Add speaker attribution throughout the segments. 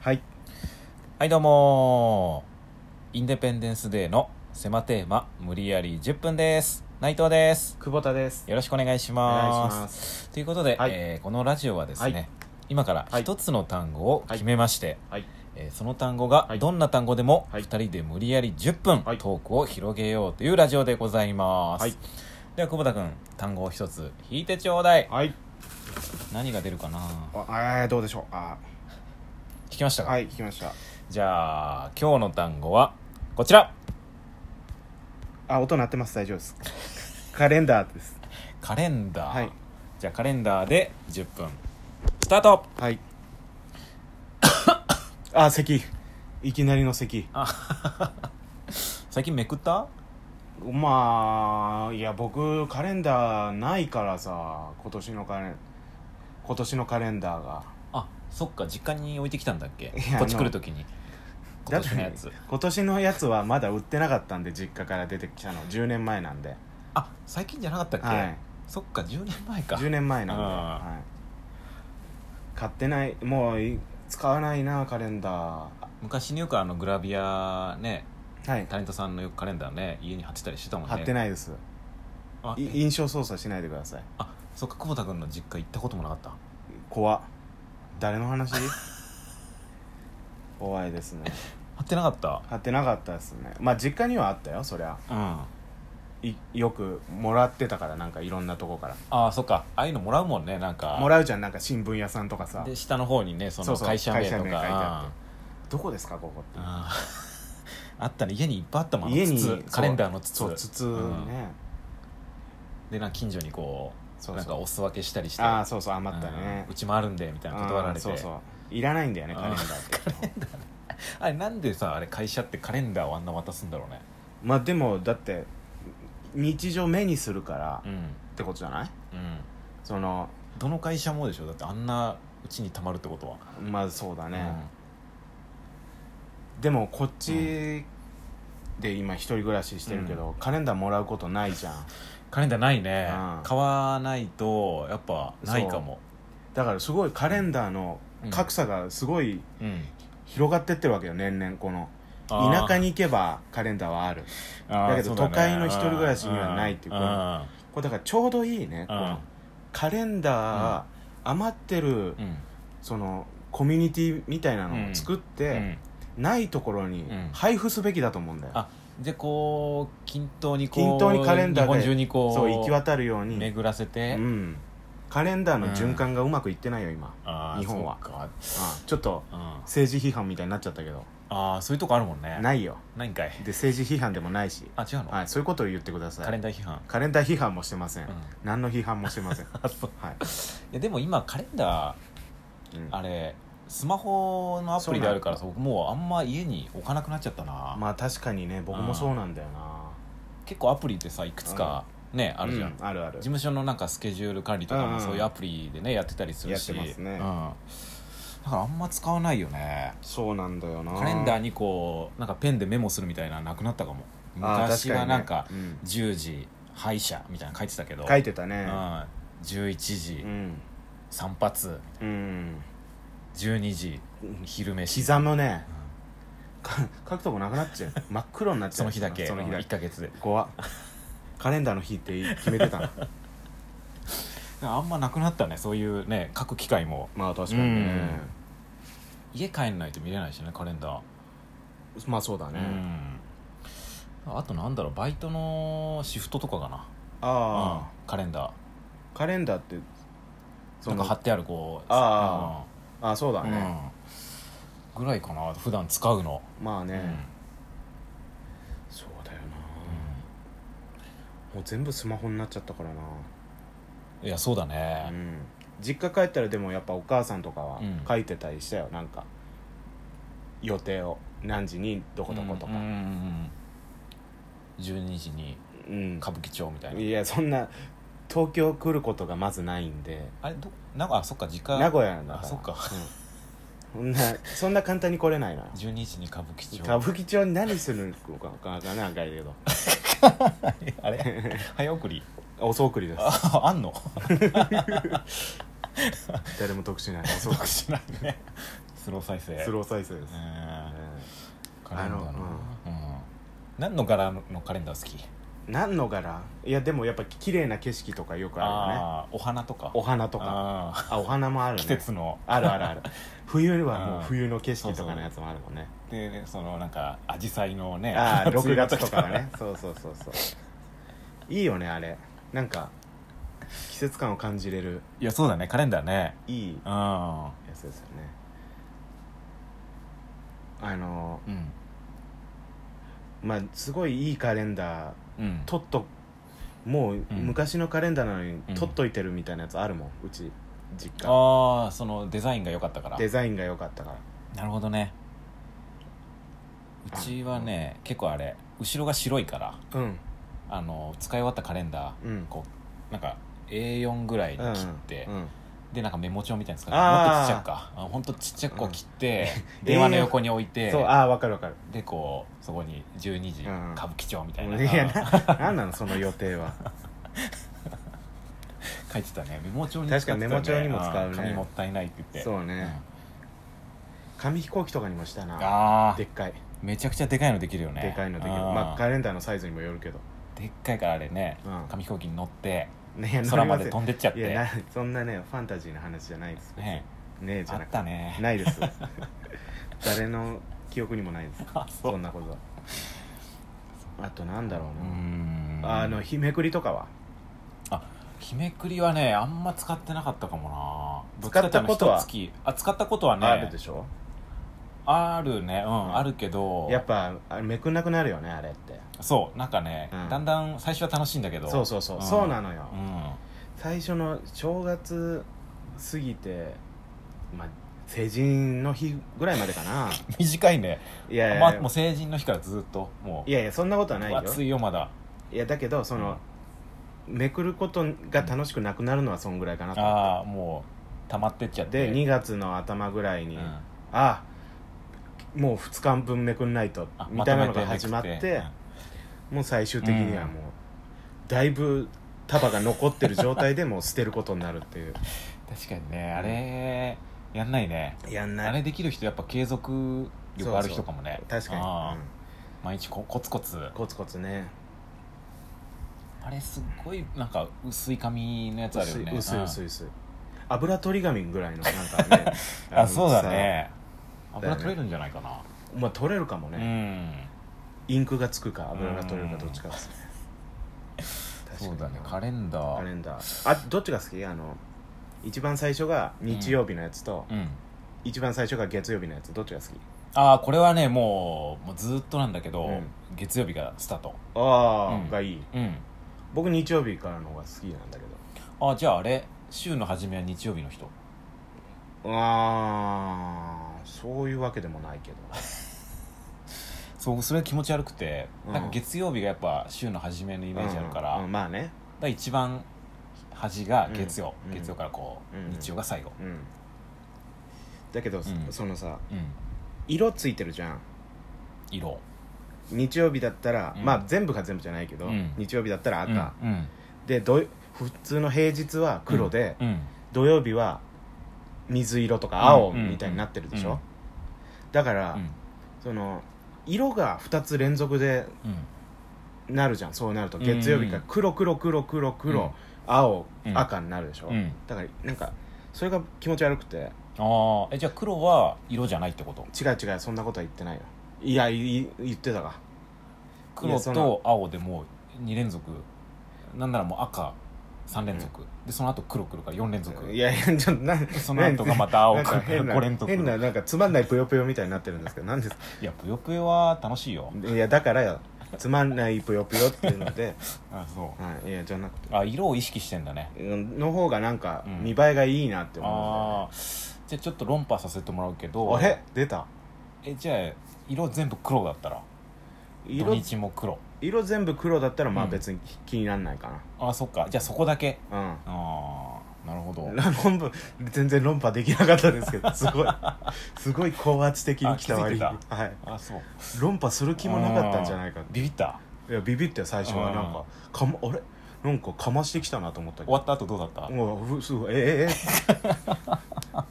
Speaker 1: はい
Speaker 2: はいどうもインデペンデンスデーの狭テーマ無理やり10分です内藤です
Speaker 1: 久保田です
Speaker 2: よろしくお願いし
Speaker 1: お願い
Speaker 2: ま
Speaker 1: し
Speaker 2: す
Speaker 1: ます
Speaker 2: ということで、
Speaker 1: はい
Speaker 2: えーこのラジオはですね、
Speaker 1: はい
Speaker 2: 今から
Speaker 1: はい
Speaker 2: 一つの単語を決めまして、
Speaker 1: はい
Speaker 2: えーその単語が
Speaker 1: はい
Speaker 2: どんな単語でも
Speaker 1: はい
Speaker 2: 2人で無理やり10分
Speaker 1: はい
Speaker 2: トークを広げようというラジオでございます、
Speaker 1: はい
Speaker 2: では久保田君単語を一つ引いてちょうだい
Speaker 1: はい
Speaker 2: 何が出るかな
Speaker 1: あえーどうでしょうあ
Speaker 2: 聞きましたか、
Speaker 1: はい聞きました
Speaker 2: じゃあ今日の単語はこちら
Speaker 1: あ音鳴ってます大丈夫ですカレンダーです
Speaker 2: カレンダー、
Speaker 1: はい
Speaker 2: じゃあカレンダーで10分スタート
Speaker 1: はいあ咳いきなりの咳
Speaker 2: 最近めくった
Speaker 1: まあいや僕カレンダーないからさ今年のカレン今年のカレンダーが
Speaker 2: あそっか実家に置いてきたんだっけ
Speaker 1: いや
Speaker 2: こっち
Speaker 1: あ
Speaker 2: 来
Speaker 1: の
Speaker 2: るときに今年のやつ
Speaker 1: だって今年のやつはまだ売ってなかったんで実家から出てきたの10年前なんで、
Speaker 2: あ最近じゃなかったっけ、
Speaker 1: はい、
Speaker 2: そっか10年前か
Speaker 1: 10年前なんで、
Speaker 2: あー
Speaker 1: はい、買ってないもうい使わないなカレンダー
Speaker 2: 昔によくあのグラビアね
Speaker 1: はい
Speaker 2: タレントさんのよくカレンダーね家に貼ってたりしてたもんね
Speaker 1: 貼って
Speaker 2: い
Speaker 1: ないです
Speaker 2: あ
Speaker 1: い印象操作しないでください
Speaker 2: あそっか久保田君の実家行ったこともなかった
Speaker 1: 怖っ誰の話怖いですね
Speaker 2: 貼ってなかった
Speaker 1: 貼ってなかったですねまあ実家にはあったよそりゃ
Speaker 2: うんあ
Speaker 1: いよくもらってたからなんかいろんなとこから
Speaker 2: あそっかああいうのもらうもんねなんか
Speaker 1: もらうじゃんなんか新聞屋さんとかさ
Speaker 2: で下の方にねそ
Speaker 1: そ
Speaker 2: の
Speaker 1: うそう
Speaker 2: 会社名とか
Speaker 1: 会社名書いてあって
Speaker 2: うん
Speaker 1: どこですかここって
Speaker 2: あー あったね家にいっぱいあったもんあの
Speaker 1: 家に
Speaker 2: 筒カレンダーの筒
Speaker 1: そう筒ね、
Speaker 2: うんでなんか近所にこう
Speaker 1: そうそう
Speaker 2: なんかお裾分けしたりして
Speaker 1: ああそうそう余った
Speaker 2: う
Speaker 1: ね
Speaker 2: んうちもあるんでみたいな断ら
Speaker 1: あー
Speaker 2: れて
Speaker 1: そうそういらないんだよね
Speaker 2: あ
Speaker 1: カ
Speaker 2: ー
Speaker 1: レンダーって
Speaker 2: あれなんでさあれ会社ってカレンダーをあんな渡すんだろうね
Speaker 1: まあでもだって日常目にするから
Speaker 2: うん
Speaker 1: ってことじゃない
Speaker 2: うん
Speaker 1: その
Speaker 2: どの会社もでしょだってあんなうちにたまるってことは
Speaker 1: まあそうだね、でもこっちで今一人暮らししてるけど、カレンダーもらうことないじゃん
Speaker 2: うんカレンダーないね
Speaker 1: うん
Speaker 2: 買わないとやっぱないかも
Speaker 1: だからすごいカレンダーの格差がすごい
Speaker 2: うん
Speaker 1: 広がってってるわけよ年々この
Speaker 2: あー
Speaker 1: 田舎に行けばカレンダーはある
Speaker 2: あー
Speaker 1: だけど
Speaker 2: そうね
Speaker 1: 都会の一人暮らしにはないっていう
Speaker 2: うんうん
Speaker 1: これだからちょうどいいね、こ
Speaker 2: うん
Speaker 1: のカレンダー、余ってる、
Speaker 2: うん
Speaker 1: そのコミュニティみたいなのを作っ
Speaker 2: う
Speaker 1: て、
Speaker 2: ん
Speaker 1: ないところに
Speaker 2: うん
Speaker 1: 配布すべきだと思うんだよ、
Speaker 2: あでこう均等にこう
Speaker 1: 均等にカレンダーで
Speaker 2: 日本中にこう
Speaker 1: そう行き渡るように、
Speaker 2: 巡らせ
Speaker 1: う
Speaker 2: て、
Speaker 1: ん、カレンダーの循環がうまくいってないよ今、
Speaker 2: あー
Speaker 1: 日本は
Speaker 2: そうか
Speaker 1: あちょっと
Speaker 2: うん、あ
Speaker 1: 政治批判みたいになっちゃったけど
Speaker 2: あーそういうとこあるもんね
Speaker 1: ないよ
Speaker 2: ないんかい
Speaker 1: で政治批判でもないし、
Speaker 2: あ違うの、
Speaker 1: はい、そういうことを言ってください
Speaker 2: カレンダー批判、
Speaker 1: カレンダー批判もしてません、
Speaker 2: うん、
Speaker 1: 何の批判もしてません
Speaker 2: あそう
Speaker 1: はい、
Speaker 2: いやでも今カレンダ
Speaker 1: うん
Speaker 2: ーあれスマホのアプリであるからそうもうあんま家に置かなくなっちゃったな、
Speaker 1: まあ確かにね僕もそうなんだよな
Speaker 2: 結構アプリってさいくつかね、あるじゃん、
Speaker 1: うあるある
Speaker 2: 事務所のなんかスケジュール管理とか
Speaker 1: うんう
Speaker 2: も
Speaker 1: ん
Speaker 2: そういうアプリでねやってたりするし
Speaker 1: やってますね
Speaker 2: うん、だからあんま使わないよね
Speaker 1: そうなんだよな
Speaker 2: カレンダーにこうなんかペンでメモするみたいなのなくなったかも
Speaker 1: あー
Speaker 2: 昔はなんか
Speaker 1: 確にね
Speaker 2: 10時歯医者みたいなの書いてたけ
Speaker 1: う
Speaker 2: ど
Speaker 1: ん書いてたね
Speaker 2: うん、11時、
Speaker 1: うん、
Speaker 2: 散髪
Speaker 1: うん、
Speaker 2: 12時昼飯
Speaker 1: 刻むね
Speaker 2: うん
Speaker 1: か書くとこなくなっち ゃう真っ黒になっちゃう
Speaker 2: その日だけ
Speaker 1: その日だ
Speaker 2: 1
Speaker 1: け
Speaker 2: か月で
Speaker 1: 怖っカレンダーの日って決めて たの
Speaker 2: あんまなくなったねそういうね書く機会も
Speaker 1: まあ確かにね
Speaker 2: 家帰んないと見れないしねカレンダ
Speaker 1: まあそうだ
Speaker 2: ー
Speaker 1: ね、
Speaker 2: うんあとなんだろうバイトのシフトとかかなうん
Speaker 1: ああ、
Speaker 2: カレンダ
Speaker 1: カレンダーって
Speaker 2: ーなんか貼ってあるこう
Speaker 1: あああそうだ
Speaker 2: うん
Speaker 1: ね、
Speaker 2: うんぐらいかな普段使うの
Speaker 1: まあね、
Speaker 2: うん
Speaker 1: そうだよな、もう全部スマホになっちゃったからな
Speaker 2: うんいやそうだ
Speaker 1: う
Speaker 2: ね
Speaker 1: ん実家帰ったらでもやっぱお母さんとかは
Speaker 2: うん
Speaker 1: 書いてたりしたよ、なんか予定を何時にどこどことか
Speaker 2: うんうんうん12時に
Speaker 1: うん、
Speaker 2: 歌舞伎町みたいない
Speaker 1: やそんな東京来ることがまずないんで
Speaker 2: あれどなんかあそっか時間
Speaker 1: 名古屋なんだから
Speaker 2: あそっか、
Speaker 1: うんそんなそんな簡単に来れないのよ
Speaker 2: 12時に歌舞伎町
Speaker 1: 歌舞伎町に何するのかわからないけど
Speaker 2: あれ 早送り
Speaker 1: 遅送りです
Speaker 2: ああ んの
Speaker 1: 誰も得しない遅送
Speaker 2: 僕しないねスロー再生
Speaker 1: スロー再生です、
Speaker 2: うん
Speaker 1: え
Speaker 2: カレンダーの
Speaker 1: あの
Speaker 2: うん何の柄のカレンダー好き
Speaker 1: ー何の柄いやでもやっぱ綺麗な景色とかよくあるよね
Speaker 2: あーお花とか
Speaker 1: お花とか
Speaker 2: か
Speaker 1: あお花もあるね
Speaker 2: 季節の
Speaker 1: あるあ るある冬はも
Speaker 2: あ
Speaker 1: う
Speaker 2: ー
Speaker 1: 冬の景色とかのやつもあるもんね
Speaker 2: でそのなんかアジサイのね
Speaker 1: あ あ
Speaker 2: 梅雨
Speaker 1: 6月とかは
Speaker 2: が
Speaker 1: ね そうそうそうそういいよねあれなんか季節感を感じれる
Speaker 2: いやそうだねカレンダーね
Speaker 1: いい
Speaker 2: うん
Speaker 1: やつですよねあの
Speaker 2: うん
Speaker 1: まあすごいいいカレンダー
Speaker 2: うん
Speaker 1: 取っともう
Speaker 2: うん
Speaker 1: 昔のカレンダーなのに
Speaker 2: うん
Speaker 1: 取っといてるみたいなやつあるもんうち実家
Speaker 2: ああそのデザインが良かったから
Speaker 1: デザインが良かったから
Speaker 2: なるほどねうちはね結構あれ後ろが白いから
Speaker 1: うん
Speaker 2: あの使い終わったカレンダー
Speaker 1: うん
Speaker 2: こうなんか A4 ぐらいに
Speaker 1: うん
Speaker 2: 切って、
Speaker 1: うん
Speaker 2: でなんかメモ帳みたいに使ってもっと
Speaker 1: あー
Speaker 2: ちっちゃくかあほんとちっちゃくこう切って、
Speaker 1: うん
Speaker 2: 電話の横に置いて、
Speaker 1: そうああ分かる分かる
Speaker 2: でこうそこに12時、
Speaker 1: うん
Speaker 2: 歌舞伎町みたいな の
Speaker 1: いやななんなのその予定は
Speaker 2: 書いてたねメモ帳に使って
Speaker 1: 確か
Speaker 2: た、ね、
Speaker 1: にメモ帳にも使うね
Speaker 2: あー紙もったいないって言って
Speaker 1: そうね紙飛行機とかにもした
Speaker 2: うん
Speaker 1: な
Speaker 2: ああ
Speaker 1: でっかい
Speaker 2: めちゃくちゃでかいのできるよね
Speaker 1: でかいのできる
Speaker 2: あー
Speaker 1: まあカレンダーのサイズにもよるけど
Speaker 2: でっかいからあれね、
Speaker 1: うん
Speaker 2: 紙飛行機に乗 って
Speaker 1: ね
Speaker 2: 空まで飛
Speaker 1: ん
Speaker 2: んでっちゃって
Speaker 1: いやなそんなねファンタジーな話じゃないです
Speaker 2: ね
Speaker 1: ねえじ
Speaker 2: あ
Speaker 1: ゃな
Speaker 2: っ
Speaker 1: くて
Speaker 2: たね
Speaker 1: ない です誰の記憶にもないです
Speaker 2: あ
Speaker 1: そ
Speaker 2: そうん
Speaker 1: なことはあとなんだろ
Speaker 2: うー
Speaker 1: うんなあの日めくりとかは
Speaker 2: 日めくりはねあんま使ってなかったかもな
Speaker 1: 使ったことは
Speaker 2: どっちかっていうと一月あ使ったことはね
Speaker 1: あるでしょ
Speaker 2: あるねうん、
Speaker 1: ん
Speaker 2: あるけど
Speaker 1: やっぱあれめくんなくなるよねあれって
Speaker 2: そうなんかね、
Speaker 1: うん
Speaker 2: だんだん最初は楽しいんだけど
Speaker 1: そうそうそううんそうなのよ
Speaker 2: うん
Speaker 1: 最初の正月過ぎてまあ成人の日ぐらいまでか な
Speaker 2: 短いね
Speaker 1: いやい
Speaker 2: ま
Speaker 1: や
Speaker 2: あ、もう成人の日からずっともう
Speaker 1: いやいやそんなことはないよ
Speaker 2: 暑いよまだ
Speaker 1: いやだけどその、めくることが楽しくなくなるのはそんぐらいかなと思
Speaker 2: ああもう溜まってっちゃっ
Speaker 1: っててで2月の頭ぐらいに、
Speaker 2: うん
Speaker 1: ああもう2日分めくんないと
Speaker 2: あ
Speaker 1: みたいなの
Speaker 2: ま
Speaker 1: が
Speaker 2: とめ
Speaker 1: 始まって,、
Speaker 2: めくうん
Speaker 1: もう最終的にはもう、だいぶ束が残ってる状態でもう捨てることになるっていう
Speaker 2: 確かにねあれやんないね
Speaker 1: やん
Speaker 2: あ
Speaker 1: な
Speaker 2: れ
Speaker 1: い
Speaker 2: できる人やっぱ継続力ある人かもね
Speaker 1: 確
Speaker 2: あ
Speaker 1: か
Speaker 2: ー
Speaker 1: に、
Speaker 2: 毎日こコツコツ
Speaker 1: うんコツコツね
Speaker 2: あれすっごいなんか薄い紙のやつあるよね
Speaker 1: 薄い薄い薄
Speaker 2: い
Speaker 1: い薄い油取り紙ぐらいのなんかね
Speaker 2: あ
Speaker 1: の
Speaker 2: そうだね油
Speaker 1: だよね
Speaker 2: 取れるんじゃないかな
Speaker 1: さまあ取れるかもね、
Speaker 2: うん
Speaker 1: インクがつくか油が取れるかどっちかです
Speaker 2: そ
Speaker 1: 確
Speaker 2: うだねカ
Speaker 1: レ
Speaker 2: レンダ
Speaker 1: カレ
Speaker 2: ー
Speaker 1: ンダーあどっちが好きあの一番最初が日曜日のやつと、
Speaker 2: うん
Speaker 1: 一番最初が月曜日のやつどっちが好き
Speaker 2: ああこれはねもうもうずーっとなんだけど
Speaker 1: うん
Speaker 2: 月曜日がスタート
Speaker 1: ああ、
Speaker 2: うん
Speaker 1: がいい
Speaker 2: うん
Speaker 1: 僕日曜日からの方が好きなんだけ
Speaker 2: あじゃああれ週の初めは日曜日の人
Speaker 1: どああそういうわけでもないけど
Speaker 2: そうそれ気持ち悪くて、
Speaker 1: うん
Speaker 2: なんか月曜日がやっぱ週の初めのイメージあるから,、
Speaker 1: うんうんまあね
Speaker 2: だから一番端が月曜、
Speaker 1: うん
Speaker 2: 月曜からこう、
Speaker 1: うん
Speaker 2: 日曜が最後
Speaker 1: うんだけど、
Speaker 2: ん
Speaker 1: そのさ
Speaker 2: うん
Speaker 1: 色ついてるじゃん
Speaker 2: 色
Speaker 1: 日曜日だったら、
Speaker 2: うん
Speaker 1: まあ全部が全部じゃないけど、
Speaker 2: うん
Speaker 1: 日曜日だったら赤、
Speaker 2: うんうん
Speaker 1: でどう普通の平日は黒で、
Speaker 2: うん
Speaker 1: 土曜日は水色とか青みたいになってるでしょ、
Speaker 2: うんうん
Speaker 1: だから、
Speaker 2: うん
Speaker 1: その色が2つ連続で
Speaker 2: うん
Speaker 1: なるじゃんそうなると
Speaker 2: うん
Speaker 1: 月曜日から黒黒黒黒黒、
Speaker 2: うん
Speaker 1: 青、
Speaker 2: うん
Speaker 1: 赤になるでしょ、
Speaker 2: うん
Speaker 1: だからなんかそれが気持ち悪くて
Speaker 2: ああえじゃあ黒は色じゃないってこと
Speaker 1: 違う違うそんなことは言ってないよいやいい言ってたかい
Speaker 2: 黒
Speaker 1: やその
Speaker 2: と青でもう2連続なんならもう赤3連続、でその後黒黒から4連続
Speaker 1: いやいやちょっとな
Speaker 2: その後がまた青
Speaker 1: なん
Speaker 2: か
Speaker 1: から 変な
Speaker 2: 5連続
Speaker 1: 変ななんかつまんないぷよぷよみたいになってるんですけど何ですか
Speaker 2: いやぷよぷよは楽しいよ
Speaker 1: いやだからよつまんないぷよぷよっていうので、
Speaker 2: あそう
Speaker 1: はい、いやじゃなくて
Speaker 2: あ色を意識してんだね
Speaker 1: うんの方がなんか
Speaker 2: うん
Speaker 1: 見栄えがいいなって思
Speaker 2: ああじゃあちょっと論破させてもらうけ
Speaker 1: うんだよ
Speaker 2: ど
Speaker 1: ねあれ出た
Speaker 2: えじゃあ色全部黒だったら土
Speaker 1: 色
Speaker 2: 日も黒
Speaker 1: 色全部黒だったらまあ
Speaker 2: うん
Speaker 1: 別に気にならないか
Speaker 2: あそっかじゃあそこだけ
Speaker 1: なうん
Speaker 2: ああなるほど
Speaker 1: 論破全然論破できなかったですけど すごいすごい高圧的に来た割に、
Speaker 2: あ
Speaker 1: は
Speaker 2: 気づいて
Speaker 1: い、
Speaker 2: あそう
Speaker 1: 論破する気もなかったんじゃないか
Speaker 2: ビビった
Speaker 1: いやビビって最初はなんかか、ま、あれなんかかましてきたなと思ったけ
Speaker 2: 終
Speaker 1: ど
Speaker 2: わった後どうだった
Speaker 1: うわうすごいええええ
Speaker 2: あ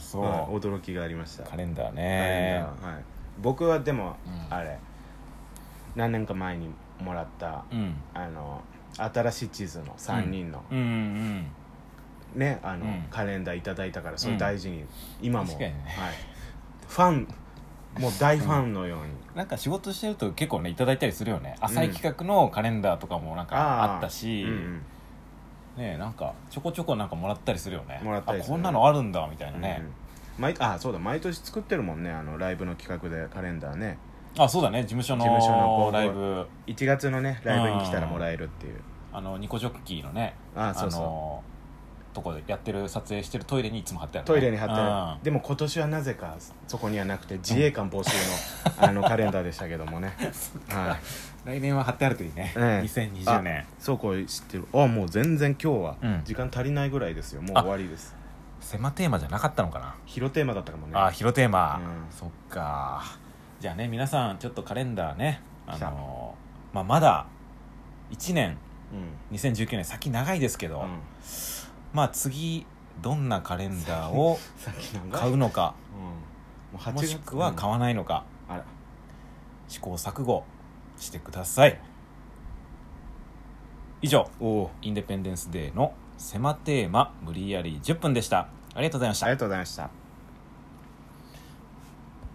Speaker 2: そう、
Speaker 1: はい驚きがありました
Speaker 2: カレンダー
Speaker 1: カレン
Speaker 2: ね
Speaker 1: ダーはい僕はでも、
Speaker 2: うん
Speaker 1: あれ何年か前にもらった、
Speaker 2: うん
Speaker 1: あの新しい地図の3人の、
Speaker 2: うんうん
Speaker 1: ねあの、
Speaker 2: うん
Speaker 1: カレンダーいただいたからそれ大事に、今も、
Speaker 2: 確かにね
Speaker 1: はい、ファンもう大ファンのように、
Speaker 2: うんなんか仕事してると結構ねいただいたりするよね浅い企画のカレンダーとかもなん
Speaker 1: あ
Speaker 2: か
Speaker 1: ー
Speaker 2: あったし、
Speaker 1: うん
Speaker 2: ねなんかちょこちょこなんかもらったりするよね
Speaker 1: もらったり
Speaker 2: あ
Speaker 1: する
Speaker 2: こんなのあるんだみたい
Speaker 1: うん
Speaker 2: なね
Speaker 1: うん、毎あそうだ毎年作ってるもんねあのライブの企画でカレンダーね
Speaker 2: あそうだね事務所
Speaker 1: 事務所の
Speaker 2: の
Speaker 1: こう
Speaker 2: ライブ
Speaker 1: 1月のねライブに来たらもらえるっていう
Speaker 2: あのニコジョッキーのね
Speaker 1: あそうそう
Speaker 2: のとこでやってる撮影してるトイレにいつも貼ってあるね、
Speaker 1: トイレに貼ってあ
Speaker 2: あ
Speaker 1: るでも今年はなぜかそこにはなくて自衛官募集のあのカレンダーでしたけどもねはい
Speaker 2: 来年は貼ってあるといいね、
Speaker 1: ええ
Speaker 2: 2020年
Speaker 1: そうこう知ってるあもう全然今日は
Speaker 2: うん
Speaker 1: 時間足りないぐらいですよもう終わりです
Speaker 2: 狭テーマじゃなかったのかな
Speaker 1: 広テーマだったかもね
Speaker 2: あ広テーマ、
Speaker 1: うん
Speaker 2: そっかじゃあね皆さんちょっとカレンダーねあ
Speaker 1: さ
Speaker 2: のまあ、まだ1年
Speaker 1: うん
Speaker 2: 2019年先長いですけど、
Speaker 1: うん
Speaker 2: まあ次どんなカレンダー を
Speaker 1: 先なんか
Speaker 2: 買うのか
Speaker 1: うんもう8
Speaker 2: もしくは買
Speaker 1: わ
Speaker 2: わないのか、
Speaker 1: あら
Speaker 2: 試行錯誤してください以上
Speaker 1: おお
Speaker 2: インデペンデンスデーの狭テーマ無理やり10分でしたありがとうございまし
Speaker 1: あ
Speaker 2: た
Speaker 1: りがとうございました